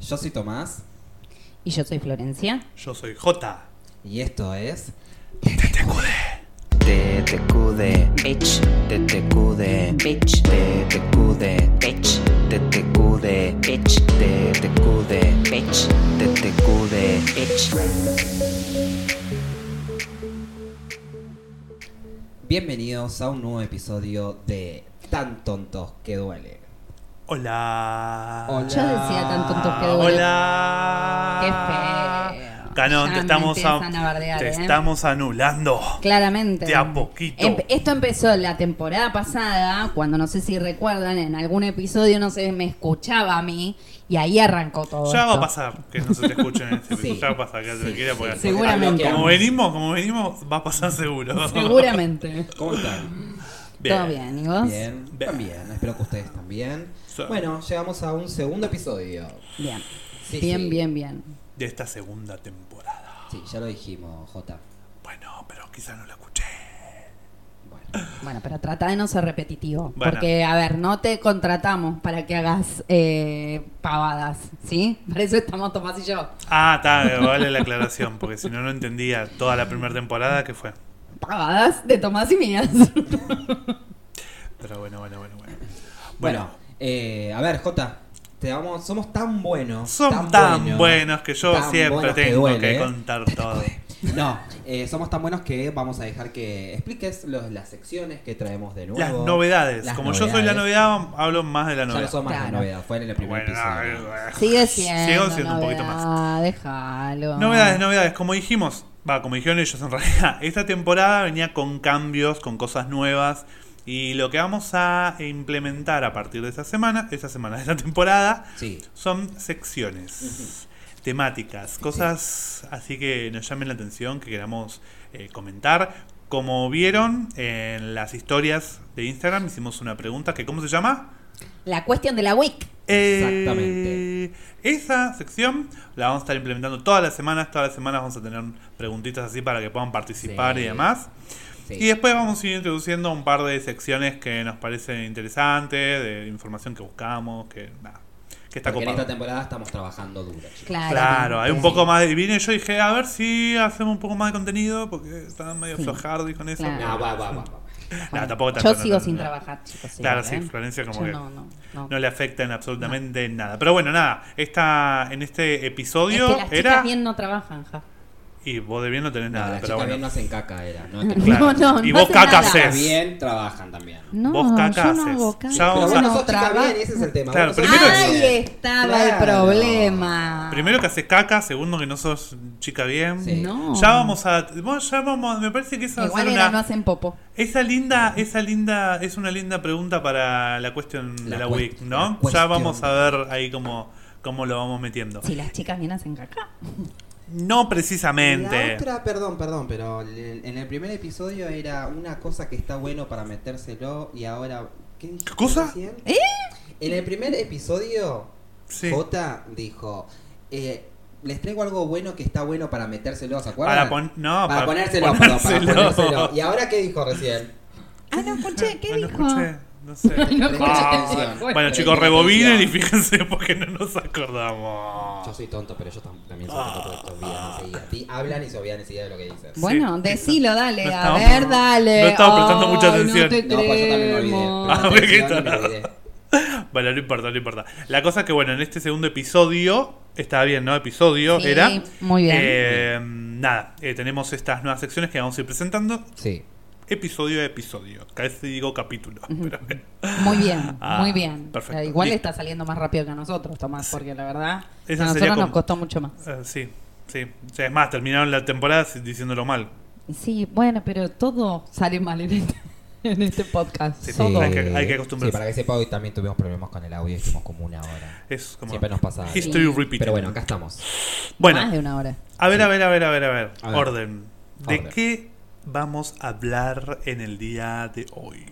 Yo soy Tomás Y yo soy Florencia. Yo soy J. y esto es TTQD, Bitch, TTQD, bitch, TTQD, bitch, TTQD, bitch, TTQD, bitch, TTQD. bitch. Bienvenidos a un nuevo episodio de Tan Tontos que Duele. Hola. Hola. Yo decía tan tontos que duele. Hola. Qué feo. Canón, Ya me te estamos, a- empiezan a bardear, te eh. estamos anulando. Claramente. De a poquito. esto empezó la temporada pasada, cuando no sé si recuerdan, en algún episodio no sé, me escuchaba a mí y ahí arrancó todo. Ya va a esto. pasar que no se te escuche en este Sí. Ya va a pasar, que tranquila, porque- sí, Seguramente. porque- Como venimos, como venimos, va a pasar seguro. Seguramente. ¿Cómo están? Todo bien, ¿y vos? Bien, también. Espero que ustedes también. Sí. Bueno, llegamos a un segundo episodio. Bien. Sí, bien, sí. bien, bien. De esta segunda temporada. Sí, ya lo dijimos, Jota. Bueno, pero quizás no la escuché. Bueno, Bueno, pero trata de no ser repetitivo. Bueno. Porque, a ver, no te contratamos para que hagas eh, pavadas, ¿sí? Para eso estamos Tomás y yo. Ah, está, vale la aclaración, porque si no, no entendía toda la primera temporada que fue. Pavadas de Tomás y mías. Pero bueno, bueno, bueno, bueno. bueno eh, a ver, Jota. Te vamos, somos tan buenos. Son tan, buenos, buenos que yo tan siempre buenos tengo que, duele, ¿eh? contar todo. No, eh, somos tan buenos que vamos a dejar que expliques los- las secciones que traemos de nuevo. Las novedades. Las Como yo soy la novedades. novedad, hablo más de la Ya no novedad. son más la Claro. novedad, fue en el primer Bueno, episodio. eh, Sigue siendo. Sigo siendo un poquito más. novedad, Déjalo. Novedades, novedades. Como dijimos, va, como dijeron ellos en realidad, esta temporada venía con cambios, con cosas nuevas. Y lo que vamos a implementar a partir de esta semana, esta semana de esta temporada, Sí. son secciones temáticas, cosas así que nos llamen la atención, que queramos eh, comentar. Como vieron en las historias de Instagram, hicimos una pregunta que ¿cómo se llama? La cuestión de la WIC. Exactamente. Eh, esa sección la vamos a estar implementando todas las semanas. Todas las semanas vamos a tener preguntitas así para que puedan participar Sí. y demás. sí. Y después vamos a ir introduciendo un par de secciones que nos parecen interesantes, de información que buscamos, que nada, que está Porque en esta copada. temporada estamos trabajando duro. chicos. Claro. Claro, hay un poco más de... Vine yo y dije, a ver si hacemos un poco más de contenido, porque están medio Sí. flojardos y con eso. Claro. No, va, va, va, va. Nah, tampoco tanto, Yo no, sigo no, sin no. trabajar, chicos. Claro, igual, sí, ¿eh? Florencia como Yo que- No, no, no. No le afecta en absolutamente nada. Pero bueno, nada, esta, en este Es episodio que las era... chicas bien no trabajan, ja. Y vos de bien no tenés No, nada, las pero chicas bueno. bien no hacen caca, era. ¿no? Es que- No, Claro. no, y no vos hacen caca nada. Chicas haces. bien trabajan también. No, Vos caca yo no hago haces. caca. Ya Pero vamos vos a- no No, sos chica traba- bien, ese es el tema. Claro, Vos no sos primero- chica Ahí bien. estaba el Claro. problema. Primero que haces caca, segundo que no sos chica bien. Sí. No. Ya vamos a. bueno, ya vamos. Me parece que esa va a Igual ser era, no una. hacen popo. Esa linda, esa linda, es una linda pregunta para la cuestión La de la cuest- week, la ¿no? Ya cuestión. vamos a ver ahí cómo, cómo lo vamos metiendo. Si las chicas bien hacen caca. No La precisamente. otra, perdón, perdón, pero el- en el primer episodio era una cosa que está bueno para metérselo y ahora. ¿Qué, dijiste cosa? recién? ¿Eh? En el primer episodio, Sí. Jota dijo: eh, Les traigo algo bueno que está bueno para metérselo, ¿se acuerdan? Para pon- no, para, ponérselo, perdón, para ponérselo. ¿Y ahora qué dijo recién? Ah, no escuché, ¿qué Ah, no dijo? escuché, no sé. No escuché. Ah, Atención. bueno, chicos, Atención. rebobinen y fíjense porque no nos acordamos. Yo soy tonto, pero yo tam- también soy tonto porque se olvidan enseguida. Di- Hablan y se olvidan enseguida de lo que dicen. Ah. Bueno, decilo, dale, No a estaba- ver, dale. no estaba prestando Ay, mucha No, atención. te No, pues yo también me olvidé. creemos. Ah, Presté ¿qué atención y tal? me olvidé. Bueno, no importa, no importa. La cosa es que, bueno, en este segundo episodio, estaba bien, ¿no? Episodio Sí, era. muy bien. Eh, nada, eh, tenemos estas nuevas secciones que vamos a ir presentando Sí. episodio a episodio. Casi digo capítulo. pero- Muy bien, Ah, muy bien. perfecto, Igual listo. está saliendo más rápido que a nosotros, Tomás, porque la verdad Esa a sería nosotros nos como- costó mucho más. Eh, sí, sí. O sea, es más, terminaron la temporada si- diciéndolo mal. Sí, bueno, pero todo sale mal en este, en este podcast. Sí, todo. hay que- hay que Sí, acostumbrarse. para que sepa, hoy también tuvimos problemas con el audio y estuvimos como una hora. Es como. Siempre nos pasa algo. History repeated. Pero bueno, acá estamos. Bueno, Más de una hora. a ver, a ver, a ver, a ver, a ver. A ver. Orden. ¿De Orden. qué vamos a hablar en el día de hoy?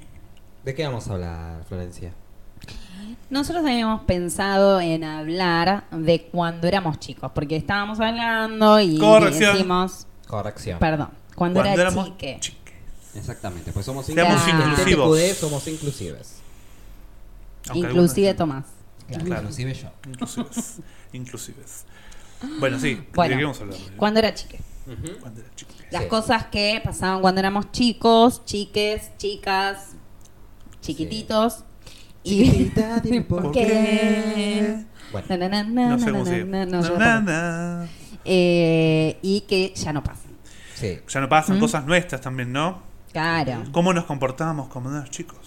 ¿De qué vamos a hablar, Florencia? Nosotros habíamos pensado en hablar de cuando éramos chicos, porque estábamos hablando y Corrección. decimos, Corrección. perdón, cuando, era chique. chique. Exactamente, pues somos Seamos inclusivos. inclusivos. En TTQD somos inclusives. Aunque algunos inclusive no. Tomás. Claro, Claro. Inclusive yo. Inclusives. inclusives. Bueno, sí, Bueno, ¿de qué vamos a hablar? Cuando era chique. Ujú. Cuando era chico. Las Sí. cosas que pasaban cuando éramos chicos, chiques, chicas, chiquititos. Y... Chiquitita, dime por qué. Bueno, Na, na, na, na, No sé na, cómo na, se na, no, na, yo na, tampoco. na. Eh, y que ya no pasan. sí. Ya no pasan ¿Mm? cosas nuestras también, ¿no? Claro. ¿Cómo nos comportábamos como unos chicos?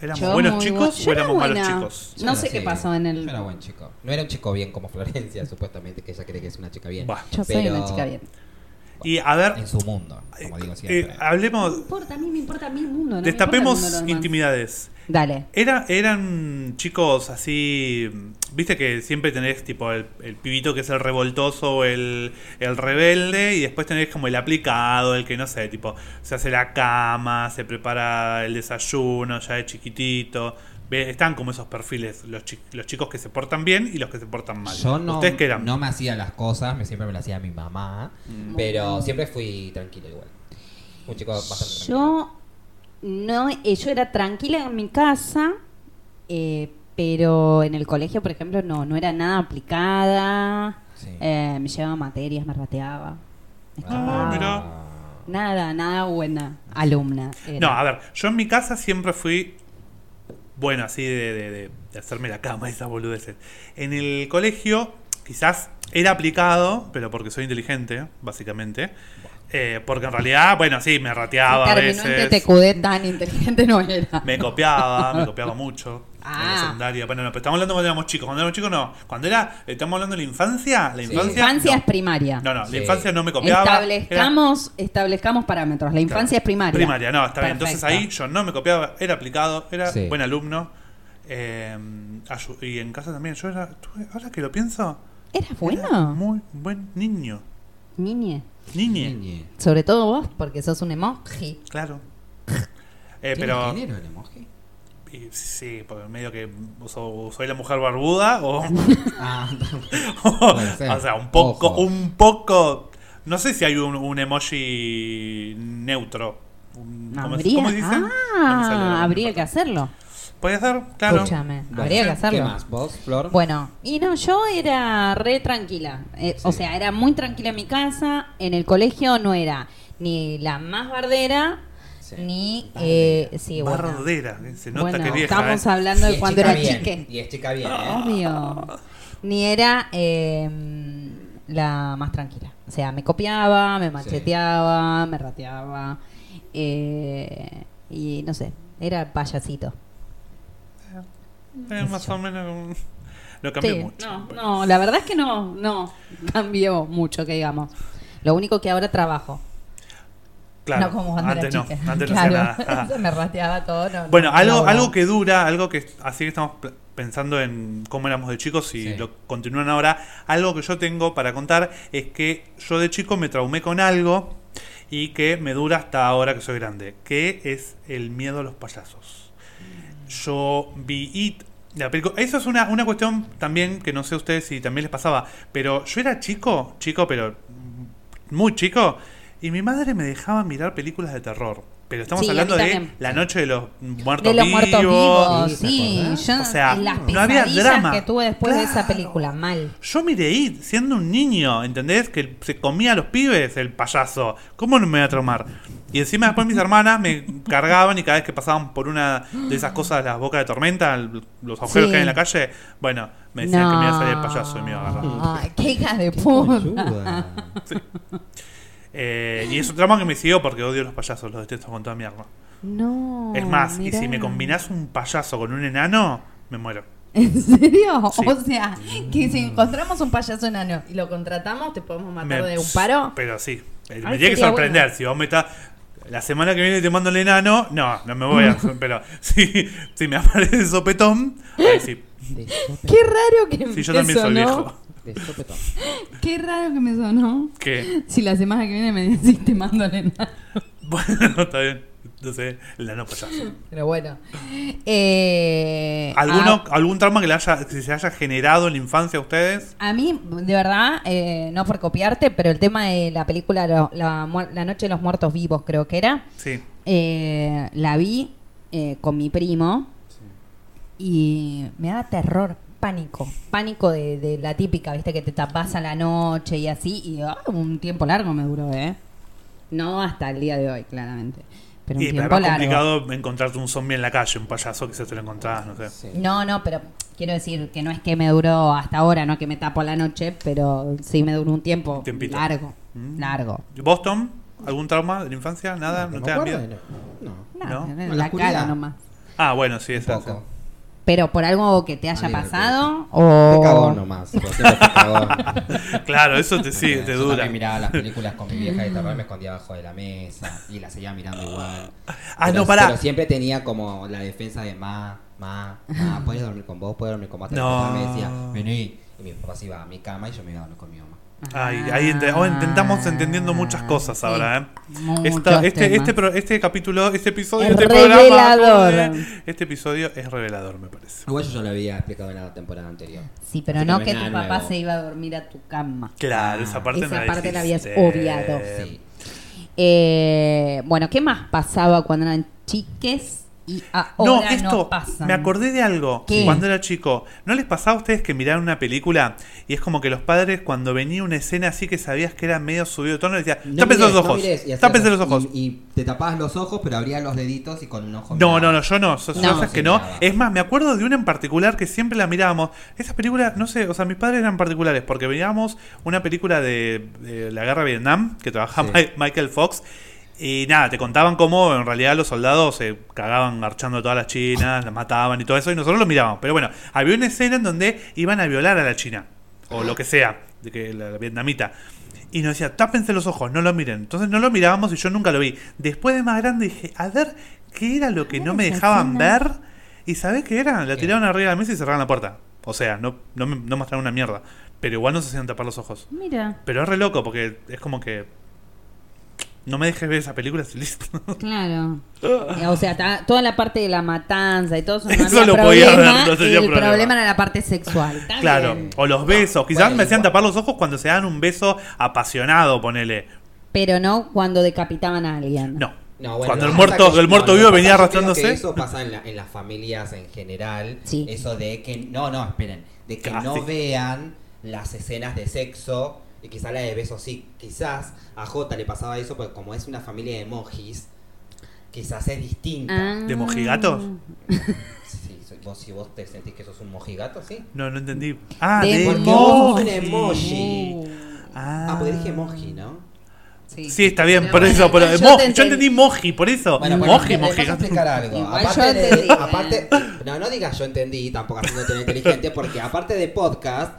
¿Éramos Yo buenos muy chicos bu- o yo era éramos malos buena. chicos? No sé qué pasó en el- Yo era buen chico. No era un chico bien como Florencia, supuestamente, que ella cree que es una chica bien. Bah. Yo soy Pero- una chica bien. Y a ver, En su mundo, como digo eh, siempre. No me hablemos, importa, a mí me importa mi mundo. No me importa el mundo de destapemos los demás. intimidades. Dale. Era, eran chicos así, viste que siempre tenés tipo el, el pibito que es el revoltoso o el, el rebelde y después tenés como el aplicado, el que no sé, tipo se hace la cama, se prepara el desayuno ya de chiquitito. Ve- Están como esos perfiles, los, chi- los chicos que se portan bien y los que se portan mal. Yo no, ¿Ustedes qué eran? no me hacía las cosas, me siempre me las hacía mi mamá, pero siempre fui tranquilo igual. Un chico bastante tranquilo. Yo no, eh, yo era tranquila en mi casa, eh, pero en el colegio, por ejemplo, no, no era nada aplicada. Sí. Eh, me llevaba materias, me rateaba. me Ah, escapaba. Nada, nada buena alumna. era. No, a ver, yo en mi casa siempre fui bueno, así de, de- de- de hacerme la cama, esas boludeces. En el colegio, quizás era aplicado, pero porque soy inteligente, básicamente. Eh, porque en realidad, bueno, sí, me rateaba a Terminó en veces. TTQD tan inteligente no era. Me copiaba, me copiaba mucho. En la Ah. secundaria. Bueno, no, pero estamos hablando cuando éramos chicos. Cuando éramos chicos, no. Cuando era, estamos hablando de la infancia. La Sí. infancia. infancia es no. primaria. No, no, Sí. la infancia no me copiaba. Era- establezcamos, establezcamos parámetros. La infancia es primaria. Primaria, no, está bien. Entonces Perfecto. ahí yo no me copiaba, era aplicado, era Sí. buen alumno. eh, ayu- y en casa también, yo era, tuve- ahora que lo pienso, ¿Eras era bueno? muy buen niño. Niñe. Niñe, Niñe. Sobre todo vos, porque sos un emoji. claro. Eh, ¿Tiene pero género el emoji? y- sí, porque medio que o so- o soy la mujer barbuda o, Ah, Puede ser. o sea, un poco, Ojo. un poco, no sé si hay un, un emoji neutro. un- ¿cómo, se- Habría, cómo se dice? No me sale ahora, ah, no habría que importa. hacerlo. Podría ser, claro. Escúchame, Bueno, habría que ¿Qué hacerlo. más? ¿Vos, Flor? Bueno, y no, yo era re tranquila. Eh, O sea, era muy tranquila en mi casa. En el colegio no era ni la más bardera, Sí. ni. eh, sí, bueno. Bardera, eh, se nota Bueno, que vieja. estamos eh. hablando Y de es cuando chica era Ah, bien, chique. Y es chica bien, ¿eh? Obvio. Ni era eh, la más tranquila. O sea, me copiaba, me macheteaba, me rateaba. eh, y no sé, era payasito. Eh, más o menos. Lo cambié Sí, mucho. No, no, la verdad es que no, no cambió mucho, que digamos. Lo único que ahora trabajo. Claro, no como cuando antes era no, chica. antes Claro, no hacía nada. Ah. se me rateaba todo. no, Bueno, no, algo, no, algo no. que dura, algo que así que estamos pl- pensando en cómo éramos de chicos y Sí. lo continúan ahora. Algo que yo tengo para contar es que yo de chico me traumé con algo y que me dura hasta ahora que soy grande, que es el miedo a los payasos. Yo vi It, la película- Eso es una, una cuestión también que no sé ustedes si también les pasaba, pero yo era chico, chico, pero muy chico, y mi madre me dejaba mirar películas de terror. Pero estamos Sí, a mí hablando de también. la noche de los muertos De los muertos vivos, Sí, ¿te sí. acordás? Yo, O sea, las no había pesadillas drama. que tuve después de esa Claro. película, mal. Yo miré It siendo un niño, ¿entendés? Que se comía a los pibes el payaso. ¿Cómo no me voy a traumar? Y encima después mis hermanas me cargaban y cada vez que pasaban por una de esas cosas, las bocas de tormenta, el- los agujeros Sí. que hay en la calle, bueno, me decían que me iba a salir el payaso y me iba a agarrar. Ay, qué hija de puta. Conchuda. Eh, y es un trauma que me siguió porque odio los payasos, los detesto con toda mi alma. No. es más, Oh, mirá. y si me combinás un payaso con un enano, me muero. ¿En serio? Sí. O sea, que si encontramos un payaso enano y lo contratamos, te podemos matar Me- de un paro. Pero sí, eh, me Ay, tiene que sería sorprender. bueno. Si vos me estás. La semana que viene te mando el enano, no, no me voy a. pero si, si me aparece el sopetón, ahí sí. De sope- Qué raro que Sí, yo me también soy sonó. viejo. de sopetón. Qué raro que me sonó. Que. Si la semana que viene me decís te mando el enano. Bueno, está bien. Entonces, el enano pues payaso. Pero bueno. Eh, ¿Alguno, a- ¿Algún trauma que, le haya, que se haya generado en la infancia a ustedes? A mí, de verdad, eh, no por copiarte, pero el tema de la película lo- la, muer- la Noche de los Muertos Vivos, creo que era, Sí. eh, la vi eh, con mi primo y me daba terror. pánico, pánico de, de la típica, viste, que te tapás a la noche y así, y ah, un tiempo largo me duró, ¿eh? No hasta el día de hoy, claramente, pero un y tiempo es largo. complicado encontrarte un zombie en la calle, un payaso quizás te lo encontrás, no sé. Sí. No, no, pero quiero decir que no es que me duró hasta ahora, no que me tapo a la noche, pero sí me duró un tiempo Un tiempito. largo, Mm. largo. ¿Boston? ¿Algún trauma de la infancia? ¿Nada? que ¿No me te da acuerde, miedo? No. no. No, ¿No? en En la la, cara oscuridad. nomás. Ah, bueno, sí, es Poco. Pero por algo que te haya Ah, bien, pasado Te o... cagó nomás. porque siempre te cagó. Claro, eso te, sí, Eh, te yo dura. también miraba las películas con mi vieja de terror, me escondía abajo de la mesa y la seguía mirando igual. Ah, Pero- no, pará. Pero siempre tenía como la defensa de ma, ma, ma, puedes dormir con vos, puedes dormir con vos. Hasta que mi No. papá me decía, vení. Y mi papá se iba a mi cama y yo me iba a dormir con mi mamá. Ay, ahí ente- oh, intentamos Ah. entendiendo muchas cosas ahora, ¿eh? Esta- este, este, pro- este capítulo, este episodio, Es este revelador. programa, eh, este episodio es revelador, me parece. Igual yo ya lo había explicado en la temporada anterior. Sí, pero Así no que que no tu es papá nada nuevo. se iba a dormir a tu cama. Claro, esa parte Esa no la parte la dijiste. habías obviado. Sí. Eh, bueno, ¿qué más pasaba cuando eran chiques y No, ahora no, esto, pasan? me acordé de algo ¿Qué? cuando era chico. ¿No les pasaba a ustedes que miraban una película y es como que los padres cuando venía una escena así que sabías que era medio subido de tono, decían, No tápense mires, los no ojos, mires", y hacías tápense los así, ojos. Y, y te tapabas los ojos, pero abrías los deditos y con un ojo. No, mirabas. no, no, yo no, yo- yo No, sabes sí, que no. miraba. Es más, me acuerdo de una en particular que siempre la mirábamos. Esa película, no sé, o sea, mis padres eran particulares porque mirábamos una película de, de la guerra de Vietnam que trabaja Sí. Mi- Michael Fox. Y nada, te contaban cómo en realidad los soldados se cagaban marchando a todas las chinas, las mataban y todo eso, y nosotros lo mirábamos. Pero bueno, había una escena en donde iban a violar a la china, o lo que sea, de que la, la vietnamita. Y nos decía, tápense los ojos, no lo miren. Entonces no lo mirábamos y yo nunca lo vi. Después de más grande dije, a ver, ¿qué era lo que no me esa dejaban escena. ver? ¿Y sabés qué era? La ¿Qué? tiraron arriba de la mesa y cerraron la puerta. O sea, no, no, me- no mostraron una mierda. Pero igual nos hacían tapar los ojos. Mira, Pero es re loco porque es como que. No me dejes ver esa película y listo. claro. Eh, O sea, ta- toda la parte de la matanza y todo eso. No Ah. Eso había lo podía problema, ver, no tenía el problema. era la parte sexual. Está claro. bien. O los besos. Quizás bueno, me hacían igual. tapar los ojos cuando se dan un beso apasionado, ponele. Pero no cuando decapitaban a alguien. No. No, bueno, cuando lo el que pasa muerto, que- el muerto no, vivo lo que venía pasa es que arrastrándose. Eso pasa en, la- en las familias en general. Sí. Eso de que, no, no, esperen, de que Ah, no sí. vean las escenas de sexo y quizás la de besos sí. Quizás a J le pasaba eso porque como es una familia de mojis, quizás es distinta. Ah. ¿De mojigatos? Sí, so- vos, si vos te sentís que sos un mojigato, sí. No, no entendí. Ah, De de Porque moji. vos sos un emoji. emoji. Ah, Eh, Ah, porque dije moji, ¿no? Sí, está bien, Pero por bueno, eso. por- igual yo mo- te yo, entendí moji, por eso. Bueno, bueno, moji, te- te moji. paso a explicar algo. Igual aparte, yo de- entendí. aparte- no, no digas yo entendí, tampoco haciendo tan inteligente, porque aparte de podcast,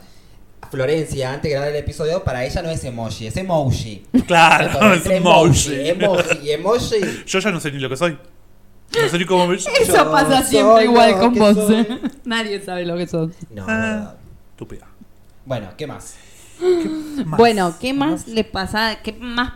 Florencia, antes de grabar el episodio, para ella no es emoji, es emoji. Claro, Entonces, es entre emoji. Emoji, emoji. Yo ya no sé ni lo que soy. No sé ni cómo me. Eso Yo pasa soy siempre lo igual con que vos. soy. ¿eh? Nadie sabe lo que sos. No, Ah. no, no. Estúpida. Bueno, ¿qué más? Más. Bueno, ¿qué más les pasa? ¿Qué más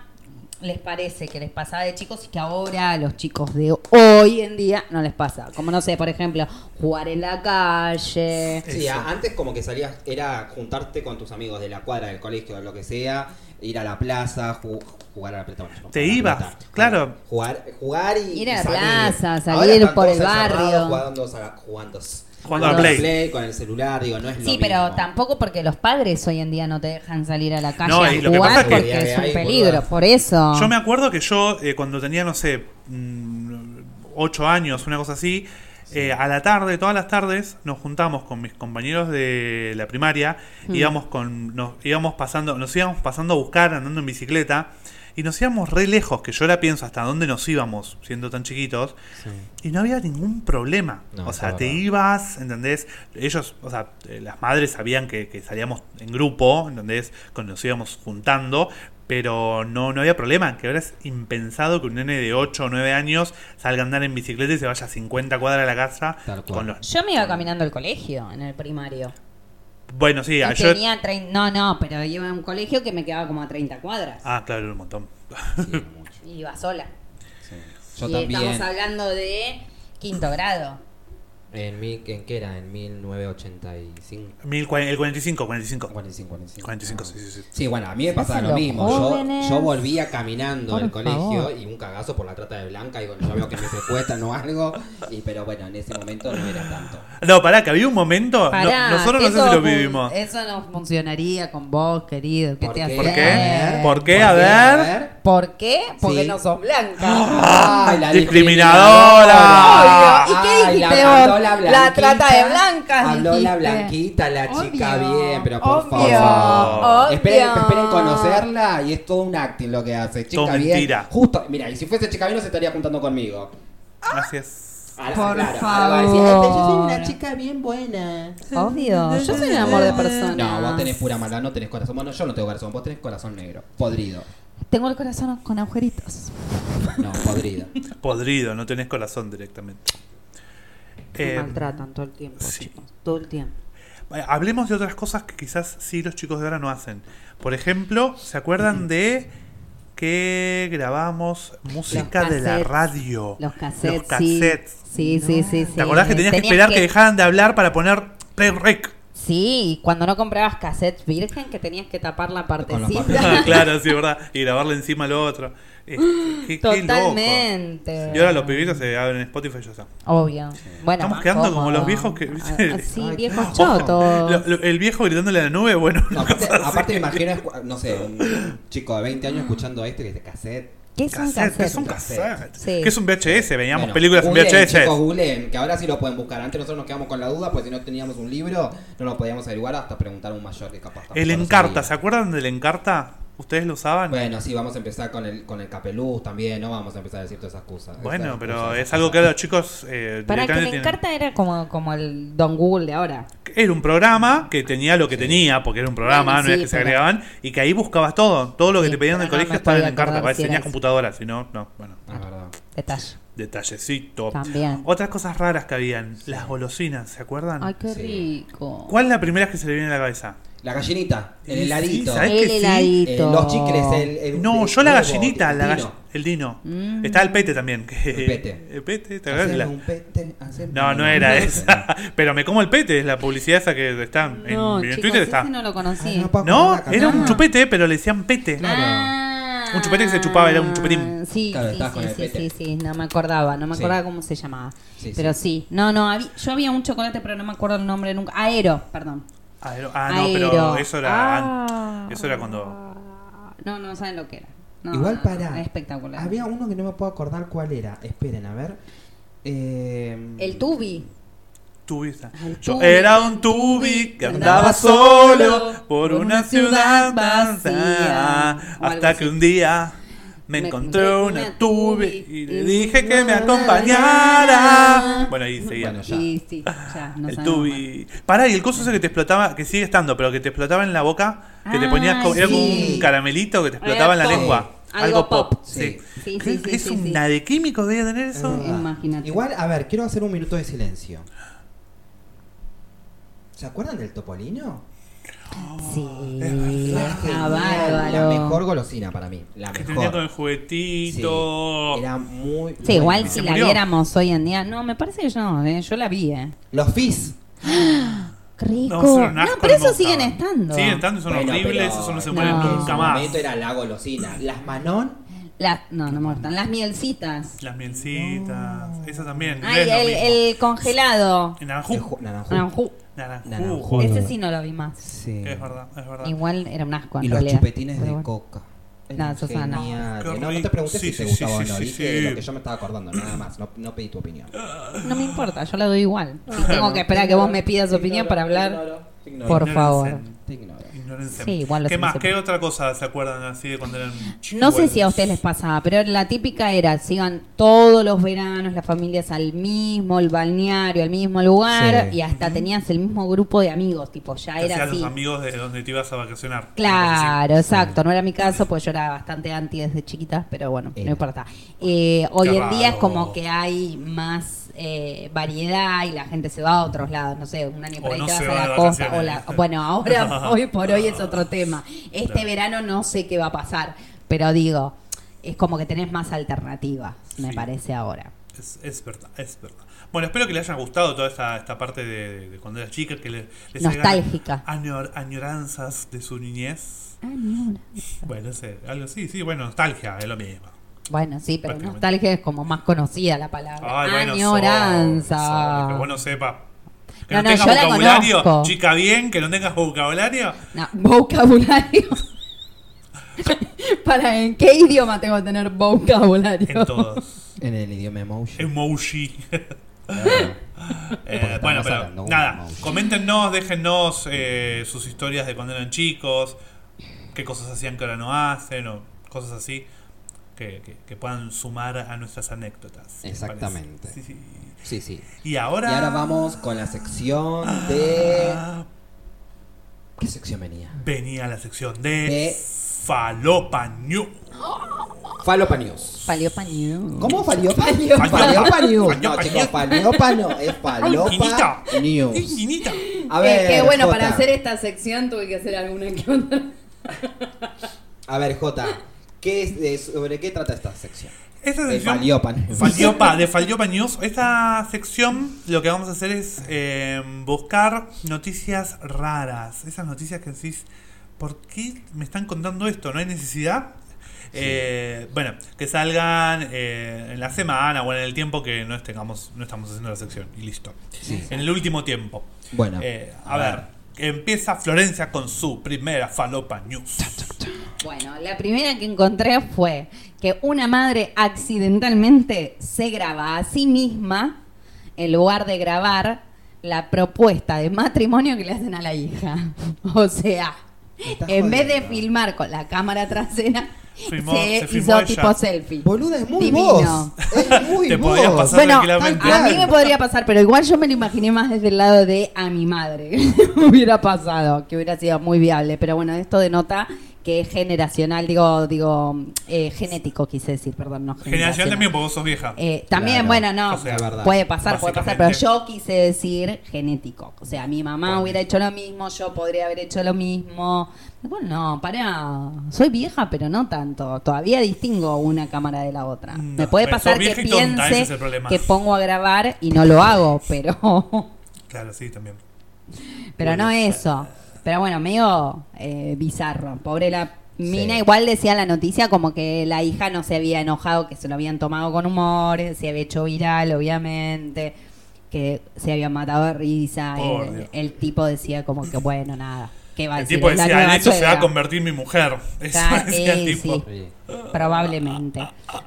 les parece que les pasaba de chicos y que ahora a los chicos de hoy en día no les pasa? Como no sé, por ejemplo, jugar en la calle. Sí, Eso. a- antes como que salías, era juntarte con tus amigos de la cuadra, del colegio, de lo que sea, ir a la plaza, ju- jugar a la pelota. bueno, yo no Te jugaba a la ibas, pelota. claro. Jugar, jugar y Ir a la y salir. plaza, Ahora salir están por todos el encerrados barrio. Jugando, a la- jugando, Jugando al al Play. con el celular, digo, no es lo Sí, pero mismo. tampoco porque los padres hoy en día no te dejan salir a la calle No, a y lo que jugar pasa es que- porque es un Ahí, peligro. boluda. Por eso. Yo me acuerdo que yo, eh, cuando tenía, no sé, mm, ocho años, una cosa así, eh, a la tarde, todas las tardes, nos juntamos con mis compañeros de la primaria, íbamos con, nos íbamos pasando, nos íbamos pasando a buscar andando en bicicleta, y nos íbamos re lejos, que yo la pienso hasta dónde nos íbamos, siendo tan chiquitos, y no había ningún problema. No, o sea, eso es te verdad. ibas, ¿entendés? Ellos, o sea, eh, las madres sabían que, que salíamos en grupo, ¿entendés? Cuando nos íbamos juntando, pero no, no había problema. Que ahora es impensado que un nene de 8 o 9 años salga a andar en bicicleta y se vaya a 50 cuadras a la casa. Tal cual. Con los... Yo me iba caminando al colegio en el primario. Bueno, sí, No yo... tenía trein- No, no, pero iba a un colegio que me quedaba como a 30 cuadras. Ah, claro, era un montón. Sí, mucho, Iba sola. sí. Yo y también. estamos hablando de quinto grado. ¿En, mil- ¿En qué era? En 1985. Mil cua- el 45, 45. 45, 45. 45, sí, sí, sí. Sí, bueno, a mí me pasaba Pasan lo los mismo. Yo, jóvenes. yo volvía caminando Por del colegio favor. y un cagazo por la trata de Blanca y bueno, yo veo que me secuestran o algo. Y, pero bueno, en ese momento no era tanto. No, pará, que había un momento. no- Pará, nosotros no sé eso si lo fun- vivimos. Eso no funcionaría con vos, querido. ¿Qué ¿Por te qué? haces? ¿Por Eh, qué? ¿Por qué? A ver. ¿Por qué? Porque Sí. no sos blanca. Ay, la Ah, Discriminadora. Obvio. ¿Y qué Ay, dijiste la- vos? habló la La trata de blanquita, blancas, Habló la dijiste. blanquita, la chica Obvio, bien, pero por obvio, favor. obvio. Esperen, esperen conocerla y es todo un acting lo que hace. Chica Todo bien. mentira. Justo, mira, y si fuese chica bien no se estaría juntando conmigo. Así es. Ahora, Por ahora va a decir, "Ay, pero yo soy una favor. chica bien buena. Obvio, yo soy un amor de persona. No, vos tenés pura maldad, no tenés corazón. Bueno, yo no tengo corazón, vos tenés corazón negro. Podrido. Tengo el corazón con agujeritos. No, podrido. Podrido, no tenés corazón directamente. Me Eh, maltratan todo el tiempo, sí. chicos. Todo el tiempo. Eh, Hablemos de otras cosas que quizás sí los chicos de ahora no hacen. Por ejemplo, ¿se acuerdan de que grabamos música de la cassettes. radio? Los cassettes. Los cassettes. Sí, sí, sí, sí, ¿Te acordás que tenías, que esperar que... dejaran de hablar para poner play rec? Sí, cuando no comprabas cassettes virgen que tenías que tapar la Con los partecita. papeles. Ah, claro, sí, ¿verdad? Y grabarle encima al otro. Eh, qué- qué loco. Totalmente. Y ahora los pibitos se abren Spotify y ya está. Obvio. Bueno, Estamos más quedando como cómodo. los viejos que- ¿viste? Ah, Sí, Ay, viejos ojo. chotos. Lo- lo- el viejo gritándole a la nube, bueno. No, aparte, aparte me imagino, escu- no sé, un chico de 20 años escuchando esto que es de cassette. ¿Qué es un Cassette, cassette? ¿Qué es un cassette? cassette? Sí. ¿Qué es un VHS? Veíamos Bueno, películas en googleen, VHS. Chicos, googleen, que ahora sí lo pueden buscar. Antes nosotros nos quedamos con la duda, pues si no teníamos un libro, no lo podíamos averiguar hasta preguntar a un mayor que capaz. tampoco El lo Encarta, ¿se sabía. acuerdan del Encarta? ¿Ustedes lo usaban? Bueno, Bueno, sí, vamos a empezar con el, con el capeluz también, no vamos a empezar a decir todas esas cosas. Esas pero cosas, es esas algo que cosas. ahora los chicos eh, Para que directamente me tienen. encarta era como, como el Don Google de ahora. Era un programa que tenía lo que tenía, porque era un programa, Bueno, no era sí, que se pero- agregaban, y que ahí buscabas todo. Todo lo que Sí, te pedían del pero no colegio me estaba en podía Encarta. acordar Parece si que era tenías eso. computadora, si no, no, bueno. Ah, es verdad. Detalle. Detallecito. También. Otras cosas raras que habían. Las golosinas, ¿se acuerdan? Ay, qué Sí. rico. ¿Cuál es la primera que se le viene a la cabeza? La gallinita, el Sí, heladito, ¿sabes? El que sí? eh, heladito. los chicles, el. el- No, el yo la huevo, gallinita, el la pino. gall- el dino. Mm. Estaba el pete también. que- El pete. El pete, ¿te acuerdas? Hacer La- un pete, hacer- No, no era esa. Pero me como el pete, es la publicidad esa que está en, No, en chicos, Twitter. ese Está. no No, lo conocí. Ah, no, pa- era un Ah. chupete, pero le decían pete. Claro. Ah. Un chupete que se chupaba, era un chupetín. Sí, Claro, sí, estabas con sí, el sí, pete. sí, sí, no me acordaba, no me Sí. acordaba cómo se llamaba. Sí, pero sí. no, no, habí- yo había un chocolate, pero no me acuerdo el nombre nunca. Aero, perdón. Aero- Ah, no, Aero. pero eso era, Ah. eso era cuando. No, no saben lo que era. No, Igual no, para. es espectacular. Había uno que no me puedo acordar cuál era. Esperen, a ver. Eh, El tubi. Tubista. el Yo tubi, era un el tubi tubi que andaba solo por una ciudad vacía. vacía, o algo Hasta que así. un día me Me encontré encontré una una tubi tubi y y le dije que me una- acompañara. Bueno, ahí seguía. Bueno, ya. Sí, sí, ya, no el sabemos más. tubi. Pará, y el coso ese que te explotaba, que sigue estando, pero que te explotaba en la boca, que te Ah, ponías como, era como sí. un caramelito que te explotaba en la Algo lengua. pop. Algo, Algo pop. pop. Sí. Sí, ¿Qué- sí, sí, es sí, un sí. de químico debe tener es eso. verdad. Imagínate. Igual, a ver, quiero hacer un minuto de silencio. ¿Se acuerdan del topolino? Sí, Era ah, genial, La bárbaro. mejor golosina para mí. La Que tenía con el mejor. juguetito. Era muy. Sí, igual si Se la murió. viéramos hoy en día. No, me parece que yo no, eh, yo la vi, eh. Los fizz. Qué Rico. No, eso era un No, asco, pero no me eso siguen gustaban. estando. Siguen estando, y son Bueno, horribles, pero eso no se no, mueren en su nunca En más. su momento era la golosina. Las Manon. Las- no, no me gustan. Las mielcitas. Las mielcitas, esa también. Ay, no es el, lo mismo. el congelado. El el naranjú. ju- Naranjú. Naranjú. Naranjú. Naranjú. Ese sí no lo vi más. Sí. Es verdad, es verdad. Igual era un asco en Y los realidad. chupetines Pero de bueno. coca. No, esos son no. Geniales. no, Qué no te rico. preguntes Sí, si te sí, gustaba sí, o no. sí, Dije sí. lo que yo me estaba acordando, nada más. No, no pedí tu opinión. No me importa, yo la doy igual. Si tengo que esperar a que vos me ah. pidas opinión para hablar. Por Ignorancia. favor. Te ignoro. Ignorancia. Sí, igual lo ¿Qué hacen más? siempre. ¿Qué otra cosa se acuerdan así de cuando eran No sé chicuelos? si a ustedes les pasaba, pero la típica era, se iban todos los veranos las familias al mismo, el balneario, al mismo lugar, Sí. y hasta tenías el mismo grupo de amigos, tipo, ya Te era hacías así. los amigos de donde te ibas a vacacionar. Claro, exacto. No era mi caso, pues yo era bastante anti desde chiquita, pero bueno, Era. no importa. Eh, hoy Qué en día es raro. como que hay más eh, variedad y la gente se va a otros lados. No sé, un año O por ahí no te vas se a va la de costa. o vacaciones. la- bueno, ahora, hoy por hoy es otro tema. Este Claro. verano no sé qué va a pasar, pero digo, es como que tenés más alternativas, me Sí. parece ahora. Es, es verdad, es verdad. Bueno, espero que les haya gustado toda esta, esta parte de, de cuando era chica, que le- les Nostálgica. hagan añor- añoranzas de su niñez. Ah, ni una. Bueno, no sé, algo así, sí, bueno, nostalgia, es lo mismo. Bueno, sí, pero Prácticamente. nostalgia es como más conocida la palabra. Ay, bueno, Añoranza. sorry, sorry, que vos no sepas. Que No, no, no, tengas yo la vocabulario, conozco. chica bien, que no tengas vocabulario. No, vocabulario. ¿Para en qué idioma tengo que tener vocabulario? En todos. En el idioma Em- emoji. Emoji. Claro. Eh, estamos bueno, hablando pero un nada, emoji. coméntenos, déjennos eh, sus historias de cuando eran chicos, qué cosas hacían que ahora no hacen, o cosas así, que, que- que puedan sumar a nuestras anécdotas. ¿les parece? Exactamente. Sí, sí. Sí, sí. Y ahora... Y ahora vamos eh, con la sección de. Ah, ¿Qué sección venía? Venía la sección de... De- Falopa News. Falopa News. Faliopa News. ¿Cómo Faliopa News? Faliopa. Falopa News. No, Faliopa chicos, News. Faliopa no. Es Ay, Falopa Quinita. Ay, News. Quinita. A ver. es que bueno, para Jota. hacer esta sección tuve que hacer alguna que otra. A ver, Jota. ¿qué es de- sobre qué trata esta sección? Esta De sección- Faliopa News. Falliopa, de Falliopa News. Esta sección lo que vamos a hacer es eh, buscar noticias raras. Esas noticias que decís, ¿por qué me están contando esto? ¿No hay necesidad? Eh, bueno, que salgan eh, en la semana o en el tiempo que no, estemos, no estamos haciendo la sección. Y listo. Sí. En el último tiempo. Bueno. Eh, a ver, empieza Florencia con su primera Falopa News. Bueno, la primera que encontré fue que una madre accidentalmente se graba a sí misma en lugar de grabar la propuesta de matrimonio que le hacen a la hija. O sea, Me estás en vez de jodiendo. filmar con la cámara trasera, Filmó- se, se filmó hizo ella. tipo selfie. Boluda, es muy Divino. vos. Es muy Te vos. podías pasar Bueno, tranquilamente. a mí me podría pasar, pero igual yo me lo imaginé más desde el lado de a mi madre. hubiera pasado, que hubiera sido muy viable. Pero bueno, esto denota que es generacional, digo, digo, eh, genético quise decir, perdón, no Generación generacional. también, porque vos sos vieja. Eh, también, Claro, bueno, no, o sea, verdad. puede pasar, puede pasar, pero Básicamente. yo quise decir genético. O sea, mi mamá hubiera hecho lo mismo, yo podría haber hecho lo mismo. Bueno, no, pará, soy vieja, pero no tanto. Todavía distingo una cámara de la otra. No, Me puede Mm. pero pasar sos que vieja y tonta, ese piense es el problema. que pongo a grabar y no lo hago, pero, Claro, sí, también. pero no eso. Pero bueno, medio eh, bizarro. Pobre la mina, Sí. igual decía la noticia como que la hija no se había enojado, que se lo habían tomado con humor, se había hecho viral, obviamente, que se habían matado de risa. Por El, Dios. el tipo decía como que bueno, nada. ¿Qué va a El decir? tipo Es la decía, nueva en esto se va a suegra". convertir mi mujer. Eso Claro, decía el eh, tipo. sí. Probablemente.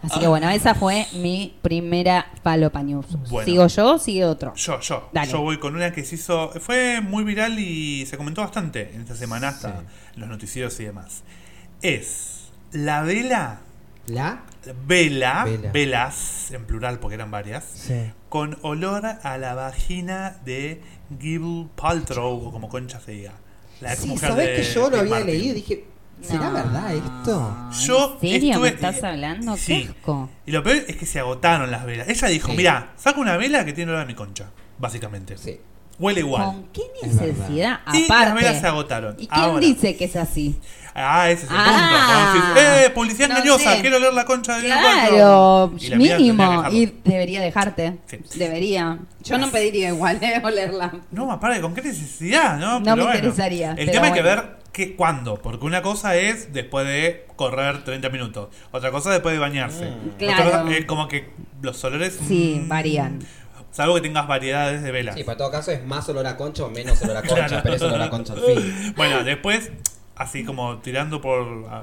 Así que bueno, esa fue mi primera falopa news. Bueno. ¿Sigo yo o sigue otro? Yo, yo. Dale. Yo voy con una que se hizo. Fue muy viral y se comentó bastante en esta semana hasta en los noticieros y demás. Es la vela. La. Vela, Vela. velas, en plural porque eran varias, Sí. con olor a la vagina de Gil Paltrow, o como concha se diga. La ex Sí, mujer de- sabés que yo lo de había Martin. leído y dije, ¿será No. verdad esto? Yo ¿En serio estuve- me estás eh, hablando? sí. ¡Qué asco! Y lo peor es que se agotaron las velas. Ella dijo, Sí. mira, saca una vela que tiene olor a mi concha, básicamente. Sí. Huele igual. ¿Con qué Es verdad. necesidad? Y las Aparte. velas se agotaron. ¿Y quién Ahora. dice que es así? Ah, ese es el Ah. punto. Como decís, eh, publicidad No engañosa, sé. quiero oler la concha de Claro, mínimo. Y Y... la mina tenía que dejarlo. debería dejarte. Sí. Debería. Yo no pediría igual de olerla. No, aparte, ¿con qué necesidad? No, No Pero me bueno. interesaría, El pero tema hay que bueno. ver qué, cuándo. Porque una cosa es después de correr 30 minutos. Otra cosa después de bañarse. Otra Mm. Claro. cosa es como que los olores... Sí, mm, varían. Salvo que tengas variedades de velas. Sí, para todo caso es más olor a concha o menos olor a concha, Claro. pero es olor a concha al fin. Bueno, después, así como tirando por, ah,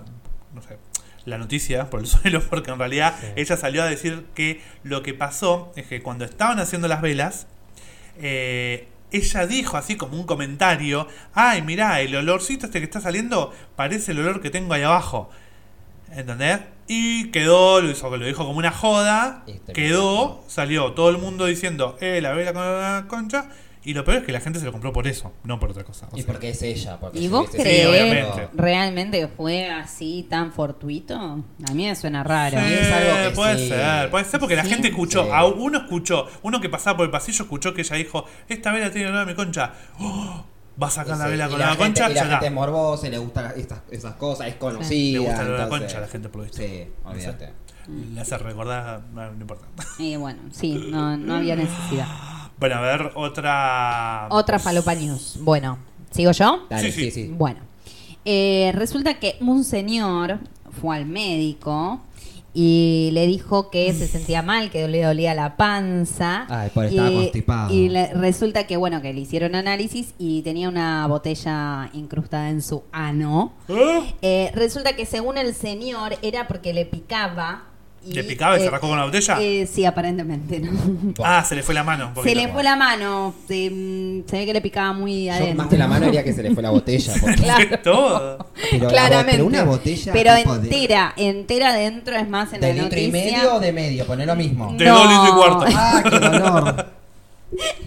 no sé, la noticia, por el suelo, porque en realidad ella salió a decir que lo que pasó es que cuando estaban haciendo las velas, eh, ella dijo así como un comentario, ay, mirá, el olorcito este que está saliendo parece el olor que tengo ahí abajo. ¿Entendés? Y quedó, lo, hizo, lo dijo como una joda, Y terminó. quedó, salió todo el mundo diciendo, eh, la vela con la concha. Y lo peor es que la gente se lo compró por eso, no por otra cosa. O Y sea, porque es ella. Porque ¿Y si vos hubiese sido creés obviamente. realmente que fue así tan fortuito? A mí me suena raro. Sí, es algo que puede sí. ser, puede ser porque la Sí. gente escuchó, Sí. a uno escuchó, uno que pasaba por el pasillo escuchó que ella dijo, esta vela tiene olor a mi concha, ¡Oh! va a sacar la Sí, vela y con la la, gente- concha, Y la ya gente está. es morbosa, y le gustan estas, esas cosas, es conocida. Le gusta el olor a la entonces- concha a la gente por lo visto. Sí, olvídate. La hace recordar, no, no importa. Y bueno, sí, no, no había necesidad. Ah, Bueno, a ver, otra. Otra falopa news. Bueno, ¿sigo yo? Dale, Sí, sí. sí, sí. Bueno, eh, resulta que un señor fue al médico y le dijo que se sentía mal, que le dolía la panza. Ay, por estar y, constipado. Y le- resulta que, bueno, que le hicieron análisis y tenía una botella incrustada en su ano. ¿Eh? Eh, resulta que según el señor era porque le picaba. y, ¿Le picaba y se eh, rascó con la botella? eh, sí, aparentemente, ¿no? Ah, se le fue la mano. un Se poquito. le fue la mano, se, mm, se ve que le picaba muy Yo adentro. más que la mano diría que se le fue la botella. porque- Claro. Todo. Pero la Claramente. bo- pero una botella Pero tipo de- entera, entera dentro, es más, en ¿De la litro noticia. y medio o de medio? Poné lo mismo. De dos litros y cuarto. Ah, qué dolor.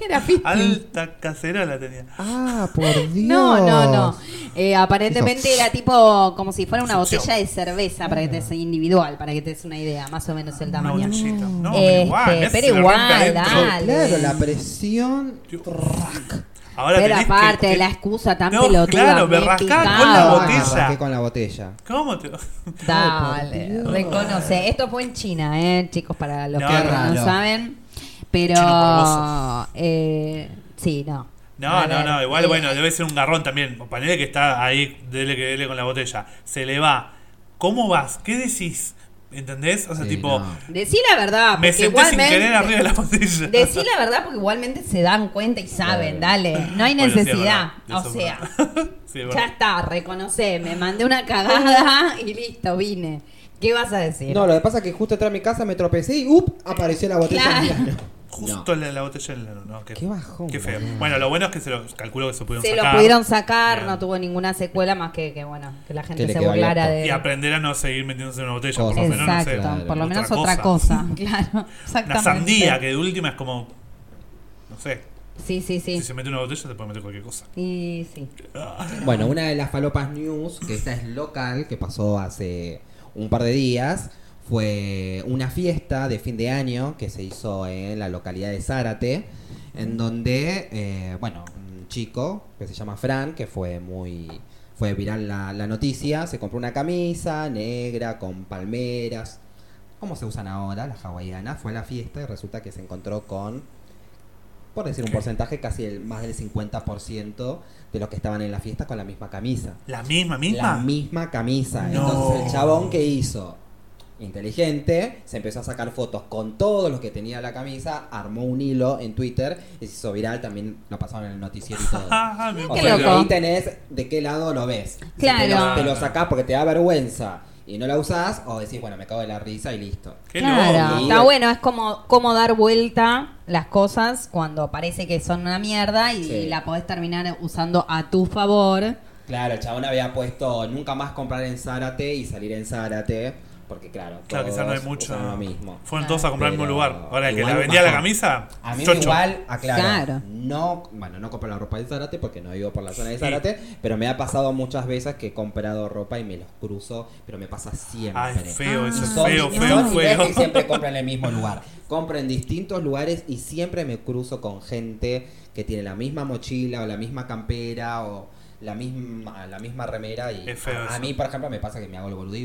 Era fifty. Alta cacerola tenía. Ah, por Dios. No, no, no. Eh, aparentemente Hizo- era tipo como si fuera una Succión. botella de cerveza, para que te sea individual, para que te des una idea, más o menos el Una tamaño. botellita. No, pero Este, igual. pero ese se le arranca igual, adentro. dale. Claro, la presión. Tío. Rac. Ahora Pero tenés que- aparte, que- la excusa tan No, pelotuda. claro, me me rascá con la picaba. botella. Ah, Arranqué con la botella. ¿Cómo te.? Dale, Ay, por Dios. reconoce. Esto fue en China, ¿eh? chicos, para los No, que no, no, no. saben. Pero. Chino eh, sí, no. A No, no, ver, no, igual, eh, bueno, debe ser un garrón también. Panele que está ahí, dele que dele con la botella. Se le va. ¿Cómo vas? ¿Qué decís? ¿Entendés? O sea, Sí, tipo, no. Decí la verdad. me Ah, porque senté sin igualmente- querer arriba de la botella. Decí la verdad porque igualmente se dan cuenta y saben, dale. No hay Bueno, sí, es necesidad. verdad, o eso es sea, verdad. Sí, es ya verdad. está, reconocé. Me mandé una cagada y listo, vine. ¿Qué vas a decir? No, lo que pasa es que justo atrás de mi casa me tropecé y ¡up! apareció la botella en Claro. mi mano. Justo la, la botella en la no, qué, Qué bajón, Qué feo. boludo. Bueno, lo bueno es que se lo calculo que se pudieron se sacar. lo pudieron sacar, Bien. no tuvo ninguna secuela más que, que bueno, que la gente le se quedó burlara abierto. de. Y aprender a no seguir metiéndose en una botella, por lo Eh, Cosas. menos, no Exacto, sé. claro. por lo menos Otra otra, cosa. claro, Una exactamente. sandía, que de última es como. No sé. Sí, sí, sí. Si se mete una botella, te puede meter cualquier cosa. Ah, Y sí. Bueno, una de las falopas news, que esta es local, que pasó hace un par de días, fue una fiesta de fin de año que se hizo en la localidad de Zárate, en donde, eh, bueno, un chico que se llama Fran, que fue muy... Fue viral la, la noticia, se compró una camisa negra con palmeras, como se usan ahora las hawaianas, fue a la fiesta y resulta que se encontró con, por decir un ¿Qué? porcentaje, casi el, más del 50% de los que estaban en la fiesta con la misma camisa. La misma, La misma. misma camisa. No. Entonces el chabón que hizo, inteligente, se empezó a sacar fotos con todos los que tenía la camisa, armó un hilo en Twitter y se hizo viral, también lo pasaron en el noticiero y todo. Ah, me O Qué sea, muero. que loco. ahí tenés de qué lado lo ves. Si Claro. te, lo, te lo sacás porque te da vergüenza y no la usás, o decís, bueno, me cago de la risa y listo. Qué claro, loco. está bueno, es como, como dar vuelta las cosas cuando parece que son una mierda y, Sí. la podés terminar usando a tu favor. Claro, el chabón había puesto nunca más comprar en Zárate y salir en Zárate, porque claro, Claro, quizás todos no hay mucho. usan lo mismo. Fueron todos a comprar al mismo Pero lugar. Ahora, el que igual la un vendía la bajón. camisa, A mí me chocho. igual, aclaro, Claro. no, bueno, no compro la ropa de Zárate porque no vivo por la zona de Zárate, pero me ha pasado muchas veces que he comprado ropa y me los cruzo, pero me pasa siempre. Ay, feo, eso Y es son- feo, y feo, son niveles que feo. siempre compro en el mismo lugar. Compro en distintos lugares y siempre me cruzo con gente que tiene la misma mochila o la misma campera o la misma, la misma remera. Y Es feo a, a eso. mí, por ejemplo, me pasa que me hago el boludo y,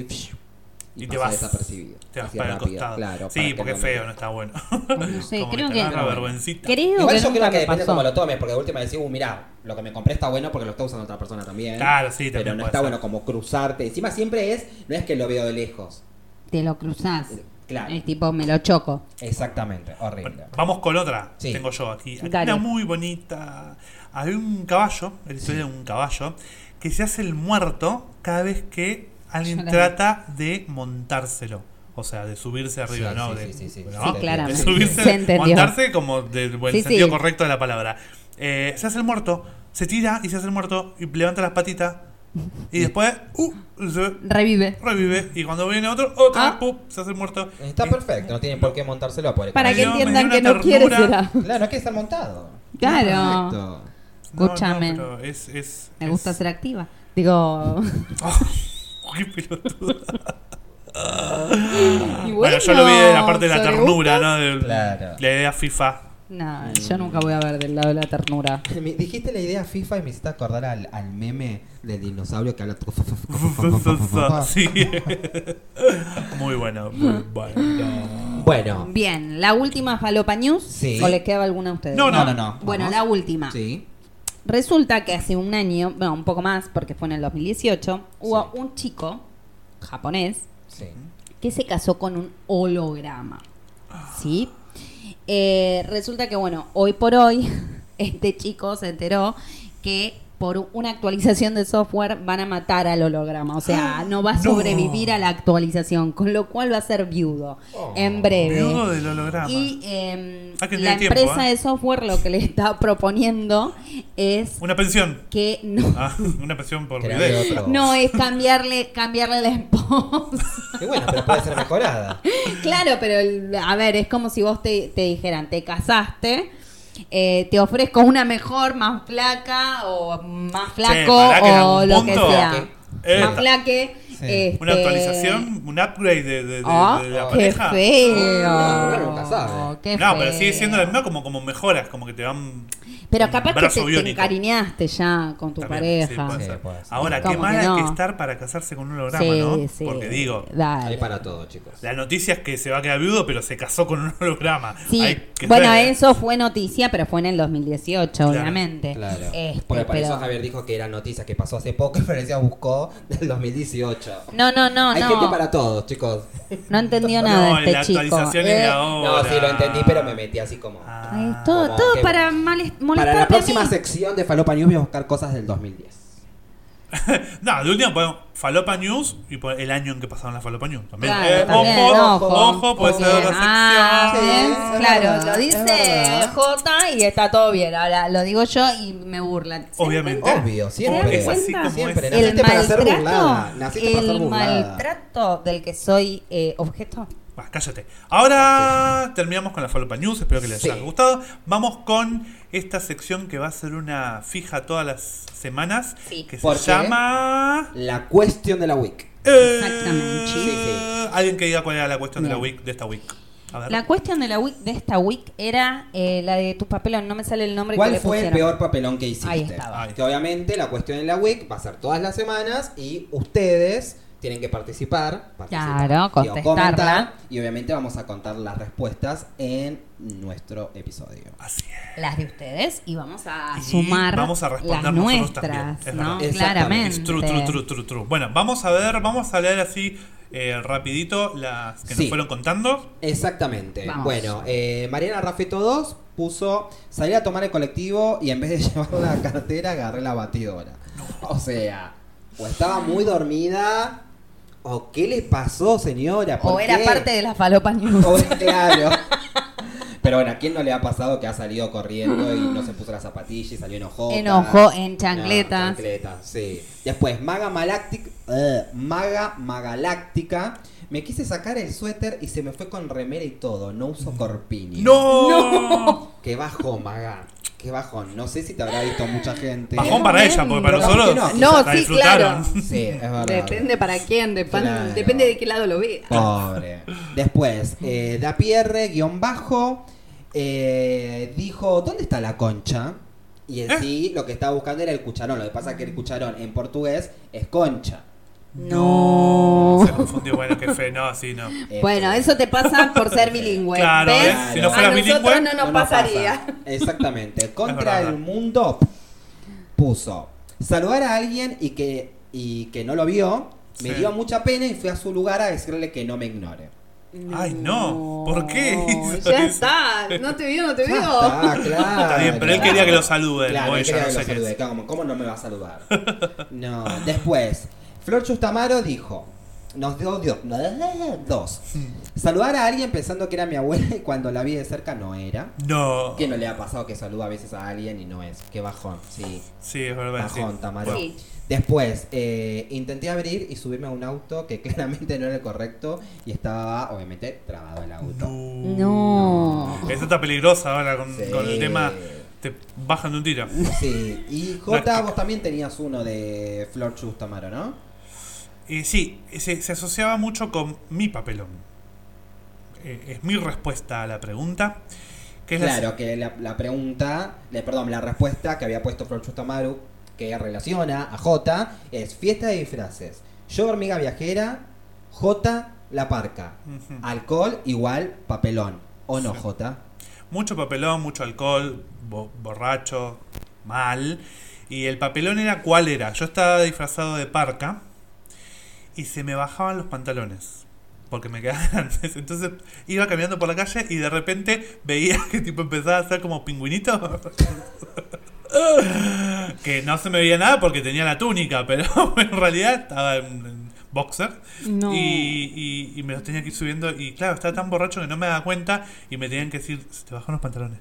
Y, y te pasa vas. desapercibido. Te vas Así para el rápido, costado. claro, para sí, que porque no es me- feo, no está bueno. No sé, Como creo te que- agarra vergüencita. Creo Igual que yo creo nunca que me depende pasó. cómo lo tomes, porque de última decís, uh, mirá, lo que me compré está bueno porque lo está usando otra persona también. Claro, sí, Pero también no puede está ser. bueno como cruzarte. Encima siempre es, no es que lo veo de lejos. Te lo cruzás. Claro. Es tipo, me lo choco. Exactamente, horrible. Bueno, vamos con otra. Sí. Tengo yo aquí. Aquí Dale. una muy bonita. Hay un caballo, la historia de un caballo, que se hace el muerto cada vez que Yo alguien la trata de montárselo. O sea, de subirse arriba, Sí, ¿no? sí, de, sí, sí, sí. ¿no? Sí, De claramente. subirse, Se entendió. montarse como del buen Sí, sentido sí. correcto de la palabra. Eh, se hace el muerto, se tira y se hace el muerto y levanta las patitas y después uh, se Revive. revive y cuando viene otro, otra Ah. vez, ¡pup! se hace el muerto. Eh, Está Y- perfecto, no tienen por qué montárselo a por el Para Me que dio- me entiendan dio que una no quiere ternura. será. Claro, es que está montado. Claro. Perfecto. No, no, Escúchame. pero es, es- Me es- gusta ser activa. Digo. Oh, Qué pelotuda. y Bueno, yo lo vi de la parte de la sobre ternura, ¿no? De, Claro. La idea FIFA. No, yo nunca voy a ver del lado de la ternura. Me dijiste la idea FIFA y me hiciste acordar al, al meme del dinosaurio que habla. sí. Muy bueno. Muy bueno. bueno, Bien, la última falopa news. Sí. ¿O les queda alguna a ustedes? No, no, no, no. Bueno, Vamos. la última. sí. Resulta que hace un año, bueno, un poco más, porque fue en el 2018, hubo un chico japonés Sí. que se casó con un holograma. ¿Sí? Eh, resulta que, bueno, hoy por hoy, este chico se enteró que por una actualización de software van a matar al holograma. O sea, no va a No. sobrevivir a la actualización, con lo cual va a ser viudo Oh, en breve. Viudo del holograma. Y eh, Ah, que la tiene tiempo, empresa ¿eh? de software lo que le está proponiendo es Una pensión. que no, Ah, una pensión por Creo video. que otro. no es cambiarle, cambiarle la esposa. Y bueno, pero puede ser mejorada. Claro, pero el- a ver, es como si vos te, te dijeran, te casaste, eh, te ofrezco una mejor, más flaca o más flaco pará, que en o algún lo que punto- sea. Eh, más flaque. Una este, actualización, un upgrade de, de- de- Oh, de la qué pareja. feo. nunca sabe. Qué No, pero feo. sigue siendo la misma como, como mejoras, como que te van. Pero un capaz que brazo te, te biónico. encariñaste ya con tu También, sí, pareja. puede Sí, ser. puede ser. Ahora, Como qué que mala no. que estar para casarse con un holograma, Sí, ¿no? sí. Porque digo, Dale. Hay para todo, chicos. la noticia es que se va a quedar viudo, pero se casó con un holograma. Sí, Hay que bueno, ser- eso fue noticia, pero fue en el 2018, obviamente. Claro. Este, Porque para eso pero- Javier dijo que eran noticias que pasó hace poco y Florencia buscó del 2018. No, no, no, Hay no. gente para todos, chicos. No entendió No, nada en este la chico. actualización es Eh, de ahora. No, sí, lo entendí, pero me metí así como. eh, Ah, todo como todo que- para males- molestarme Para la próxima a mí. sección de Falopa News voy a buscar cosas del 2010. No, de última ponemos Falopa News y pon- el año en que pasaron las Falopa News. También. Claro, Eh, también, ojo, ojo, ojo, puede ser porque- otra sección. Ah, ¿ves? Sí, es claro, verdad, lo es dice verdad. J y está todo bien. Ahora lo digo yo y me burlan. ¿Se Obviamente. dan cuenta? Obvio, siempre. Es así como Siempre, es. El naciste para ser burlada. maltrato, Naciste para ser el burlada. maltrato del que soy eh, objeto. Bah, cállate. Ahora terminamos con la Falopa News. Espero que les Sí. haya gustado. Vamos con esta sección que va a ser una fija todas las semanas. Sí. Que se ¿Por qué? llama. La cuestión de la week. eh, Exactamente. Sí, sí. Alguien que diga cuál era la cuestión de la Bien. week de esta week. A ver. La cuestión de la week de esta week era eh, la de tu papelón, no me sale el nombre que ¿Cuál le fue el pusieron. peor papelón que hiciste? Ahí estaba. Ahí. Que obviamente la cuestión de la week va a ser todas las semanas y ustedes tienen que participar, participar, Claro, digo, contestarla. comentar, y obviamente vamos a contar las respuestas en nuestro episodio. Así es. Las de ustedes y vamos a Y sumar vamos a responder las nosotros nuestras, también, es ¿no? verdad. Exactamente. Claramente. Es True, true, true, true, true. Bueno, vamos a ver, vamos a leer así eh, rapidito las que nos Sí. fueron contando. Exactamente. Vamos. Bueno, eh, Mariana Rafeto 2 puso salir a tomar el colectivo y en vez de llevar la cartera agarré la batidora. O sea, o estaba muy dormida o qué le pasó, señora. O ¿Por era qué? parte de las falopas news. O- claro. Pero bueno, ¿a quién no le ha pasado que ha salido corriendo y no se puso la zapatilla y salió enojado? Enojó, en chancletas. Ah, chancletas, sí. Después, Maga Malactic, eh, Maga Magaláctica. Me quise sacar el suéter y se me fue con remera y todo. No uso corpiño. ¡No! Qué bajo, Maga. Qué bajón. No sé si te habrá visto mucha gente. Bajón para ella, porque para No, nosotros ¿por qué no? No, la sí, disfrutaron. claro. Sí, es verdad. para quién, depan- Claro. depende de qué lado lo veas. Pobre. Después, eh, Dapierre, guión bajo, eh, dijo, ¿dónde está la concha? Y Eh. en sí lo que estaba buscando era el cucharón. Lo que pasa es que el cucharón en portugués es concha. No. Se confundió, bueno, qué fe. No, sí, no. Eh, Bueno, eso te pasa por ser bilingüe. Claro, ¿ves? ¿eh? Si no A fueras nosotros bilingüe, no nos pasa. pasaría. Exactamente. verdad. Contra el mundo puso, saludar a alguien y que, y que no lo vio, me Sí. dio mucha pena y fui a su lugar a decirle que no me ignore. Ay, no. ¿Por qué hizo Ya eso? está. No te vio, no te Ya vio. está, claro. Está bien, pero él quería que lo saluden. Claro, o él ella, quería no que lo sé qué salude. es. Claro, como, ¿Cómo no me va a saludar? No. Después, Flor Chustamaro dijo, nos dio dio- dos. Saludar a alguien pensando que era mi abuela y cuando la vi de cerca no era. No. ¿Qué no le ha pasado que saluda a veces a alguien y no es? Qué bajón, sí. Sí, es verdad. sí. Bajón, Tamaro. Sí. Después, eh, intenté abrir y subirme a un auto que claramente no era el correcto y estaba, obviamente, trabado el auto. No. Esa está peligrosa ahora con, Sí. con el tema. Te bajan de un tiro. Sí, y Jota, vos también tenías uno de Flor Chustamaro, ¿no? Eh, sí, se, se asociaba mucho con mi papelón. Eh, es mi respuesta a la pregunta. ¿Qué es la- claro, que la, la pregunta, le- perdón, la respuesta que había puesto Flor Chustamaru, que relaciona a J, es fiesta de disfraces. Yo, hormiga viajera, J, la parca. Ujú. Alcohol igual papelón. ¿O no, J? Mucho papelón, mucho alcohol, bo- borracho, mal. Y el papelón era cuál era. Yo estaba disfrazado de parca y se me bajaban los pantalones. Porque me quedaban grandes. Entonces iba caminando por la calle y de repente veía que tipo empezaba a hacer como pingüinito. que no se me veía nada porque tenía la túnica, pero en realidad estaba en, en boxer. No. Y, y- y me los tenía que ir subiendo. Y claro, estaba tan borracho que no me daba cuenta y me tenían que decir, se te bajaron los pantalones.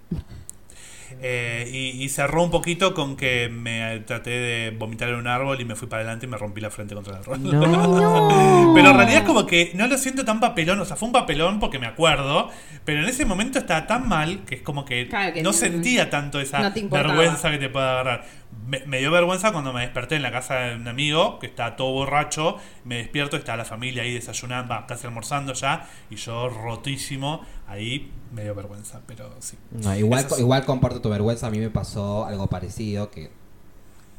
Eh, y, y cerró un poquito con que me traté de vomitar en un árbol y me fui para adelante y me rompí la frente contra el árbol. No. Pero en realidad es como que no lo siento tan papelón, o sea, fue un papelón porque me acuerdo, pero en ese momento estaba tan mal que es como que, Claro que no no- sentía tanto esa no te importaba. vergüenza que te pueda agarrar. Me, me dio vergüenza cuando me desperté en la casa de un amigo que está todo borracho, me despierto, está la familia ahí desayunando, va, casi almorzando ya, y yo rotísimo, ahí me dio vergüenza, pero sí. No, igual, Eso sí. igual comparto tu vergüenza. A mí me pasó algo parecido que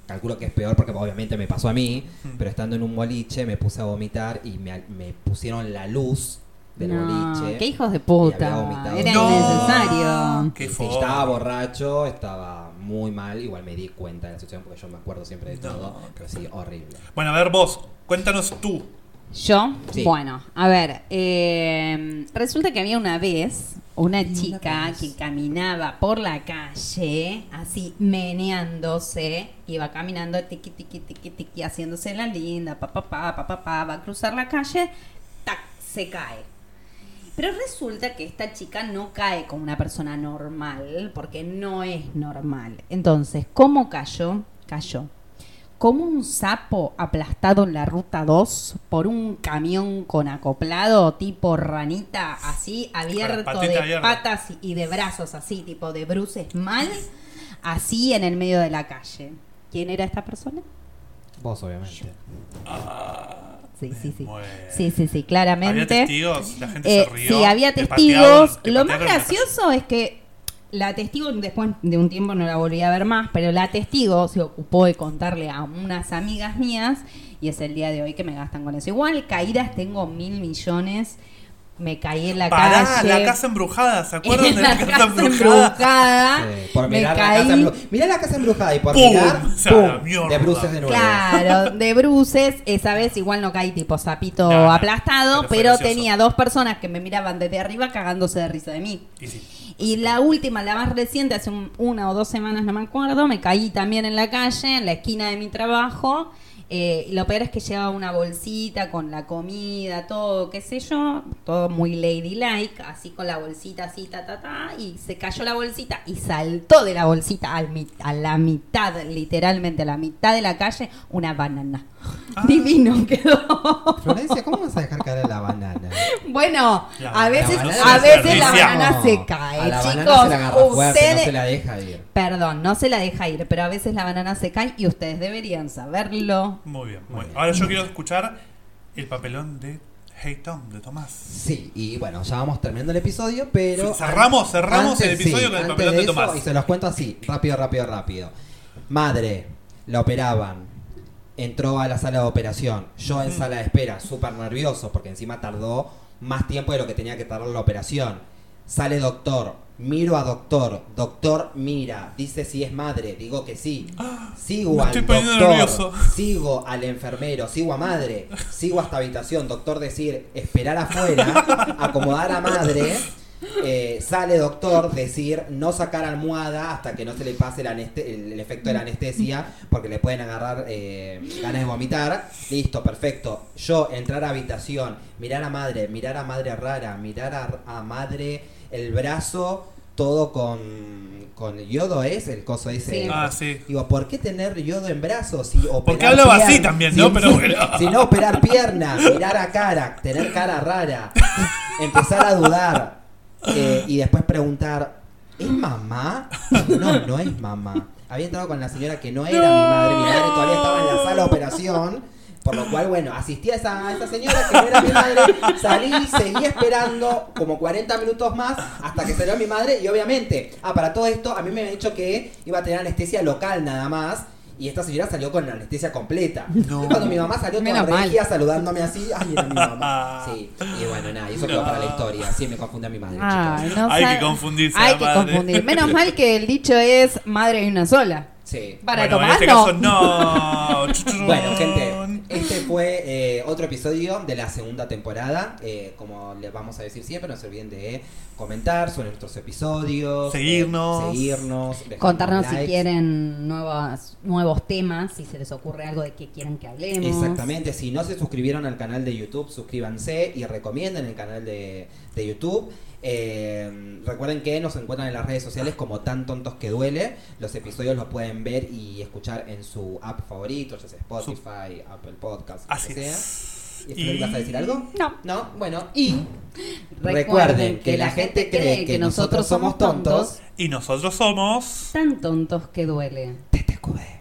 calculo que es peor porque obviamente me pasó a mí. Mm. Pero estando en un boliche me puse a vomitar y me, al- me pusieron la luz del No, boliche. qué hijos de Y había puta. vomitado. Era No. innecesario. Qué Y sí, forro. estaba borracho, estaba muy mal. Igual me di cuenta de la situación porque yo me acuerdo siempre de todo. Pero sí, horrible. Bueno, a ver vos, cuéntanos tú. Yo, Sí. bueno, a ver, eh, resulta que había una vez una chica que caminaba por la calle, así meneándose, iba caminando tiqui, tiqui, tiqui, tiqui, haciéndose la linda, pa, pa, pa, pa, pa, pa, va a cruzar la calle, tac, se cae. Pero resulta que esta chica no cae como una persona normal, porque no es normal. Entonces, ¿cómo cayó? Cayó como un sapo aplastado en la ruta 2 por un camión con acoplado tipo ranita así abierto patita de abierta. patas y de brazos así tipo de bruces mal así en el medio de la calle. ¿Quién era esta persona? Vos, obviamente. Sí, sí, sí. Bueno. Sí, sí, sí, ¿Había claramente. testigos? ¿La gente Eh, se rió? sí, había ¿Te testigos. patearon? ¿Te Lo más patearon en la calle? gracioso es que la testigo, después de un tiempo no la volví a ver más, pero la testigo se ocupó de contarle a unas amigas mías y es el día de hoy que me gastan con eso. Igual caídas tengo mil millones, me caí en la Pará, calle. la casa embrujada, ¿se acuerdan en de la casa, embrujada? embrujada. Sí, Eh, por Ah, me mirar la caí. casa embrujada. Mirá la casa embrujada y por ¡Pum! mirar. O sea, la ¡pum! mierda. De bruces de nuevo. Claro, de bruces. Esa vez igual no caí tipo sapito No, no, aplastado, pero fue pero, gracioso. tenía dos personas que me miraban desde arriba cagándose de risa de mí. Y sí. Y la última, la más reciente, hace un- una o dos semanas, no me acuerdo, me caí también en la calle, en la esquina de mi trabajo. Eh, y lo peor es que llevaba una bolsita con la comida, todo, qué sé yo, todo muy ladylike, así con la bolsita, así, ta, ta, ta, y se cayó la bolsita y saltó de la bolsita al mi- a la mitad, literalmente a la mitad de la calle, una banana. Ah. Divino quedó. Florencia, ¿cómo vas a dejar caer la banana? Bueno, La a banana veces, se a veces la desperdicia. banana se cae, A la chicos. banana se la agarra fuerte, no ustedes- se la deja ir. Perdón, no se la deja ir, pero a veces la banana se cae y ustedes deberían saberlo. Muy bien, muy Muy bien. bien. Ahora yo quiero escuchar el papelón de Hey Tom, de Tomás. Sí, y bueno, ya vamos terminando el episodio, pero... Cerramos, cerramos el episodio sí, con el antes papelón de, eso, Tomás. Y se los cuento así, rápido, rápido, rápido. Madre, la operaban. Entró a la sala de operación. Yo Mm. en sala de espera, súper nervioso, porque encima tardó más tiempo de lo que tenía que tardar la operación. Sale doctor, miro a doctor, doctor mira, dice si es madre, digo que sí. Sigo Ah, me al estoy poniendo doctor, nervioso. sigo al enfermero, sigo a madre, sigo hasta habitación, doctor decir, esperar afuera, acomodar a madre, eh, sale doctor decir, no sacar almohada hasta que no se le pase la aneste- el, el efecto de la anestesia, porque le pueden agarrar eh, ganas de vomitar, listo, perfecto, yo entrar a habitación, mirar a madre, mirar a madre rara, mirar a, a madre el brazo, todo con, con yodo es el coso ese. Sí. Ah, sí. Digo, ¿por qué tener yodo en brazos? Y operar Porque hablaba pier- así también, ¿no? Si- Pero bueno. Si no, operar piernas, mirar a cara, tener cara rara, empezar a dudar eh, y después preguntar, ¿es mamá? No, no es mamá. Había entrado con la señora que no era mi madre, mi madre todavía estaba en la sala de operación. Por lo cual, bueno, asistí a esa, a esa señora que no era mi madre, salí, seguí esperando como 40 minutos más hasta que salió mi madre y obviamente, ah, para todo esto, a mí me habían dicho que iba a tener anestesia local nada más. Y esta señora salió con la anestesia completa. No. Y cuando mi mamá salió toda Menos mal. regia saludándome así, ay, era mi mamá. Sí. Y bueno, nada, y eso quedó para la historia. Sí, me confunde a mi madre, Ah, chicos. no Hay sabe- que confundirse, Hay la que madre. confundir. Menos mal que el dicho es madre de una sola. Sí. Para bueno, en tomar este caso no. Chuchurrón. Bueno, gente, este fue eh, otro episodio de la segunda temporada. Eh, como les vamos a decir siempre, no se olviden de comentar sobre nuestros episodios. Seguirnos. eh, seguirnos. dejarnos Contarnos si likes. quieren nuevas, nuevos temas, si se les ocurre algo de que quieran que hablemos. Exactamente, si no se suscribieron al canal de YouTube, suscríbanse y recomienden el canal de, de YouTube. Eh, recuerden que nos encuentran en las redes sociales como Tan Tontos que Duele. Los episodios los pueden ver y escuchar en su app favorito, ya sea Spotify, Apple Podcast, lo Así que sea. es. ¿Y Flor, vas a decir algo? No. No, bueno, Y Recuerden que la gente cree que nosotros somos tontos. y nosotros somos. tan tontos que duele. TTQD.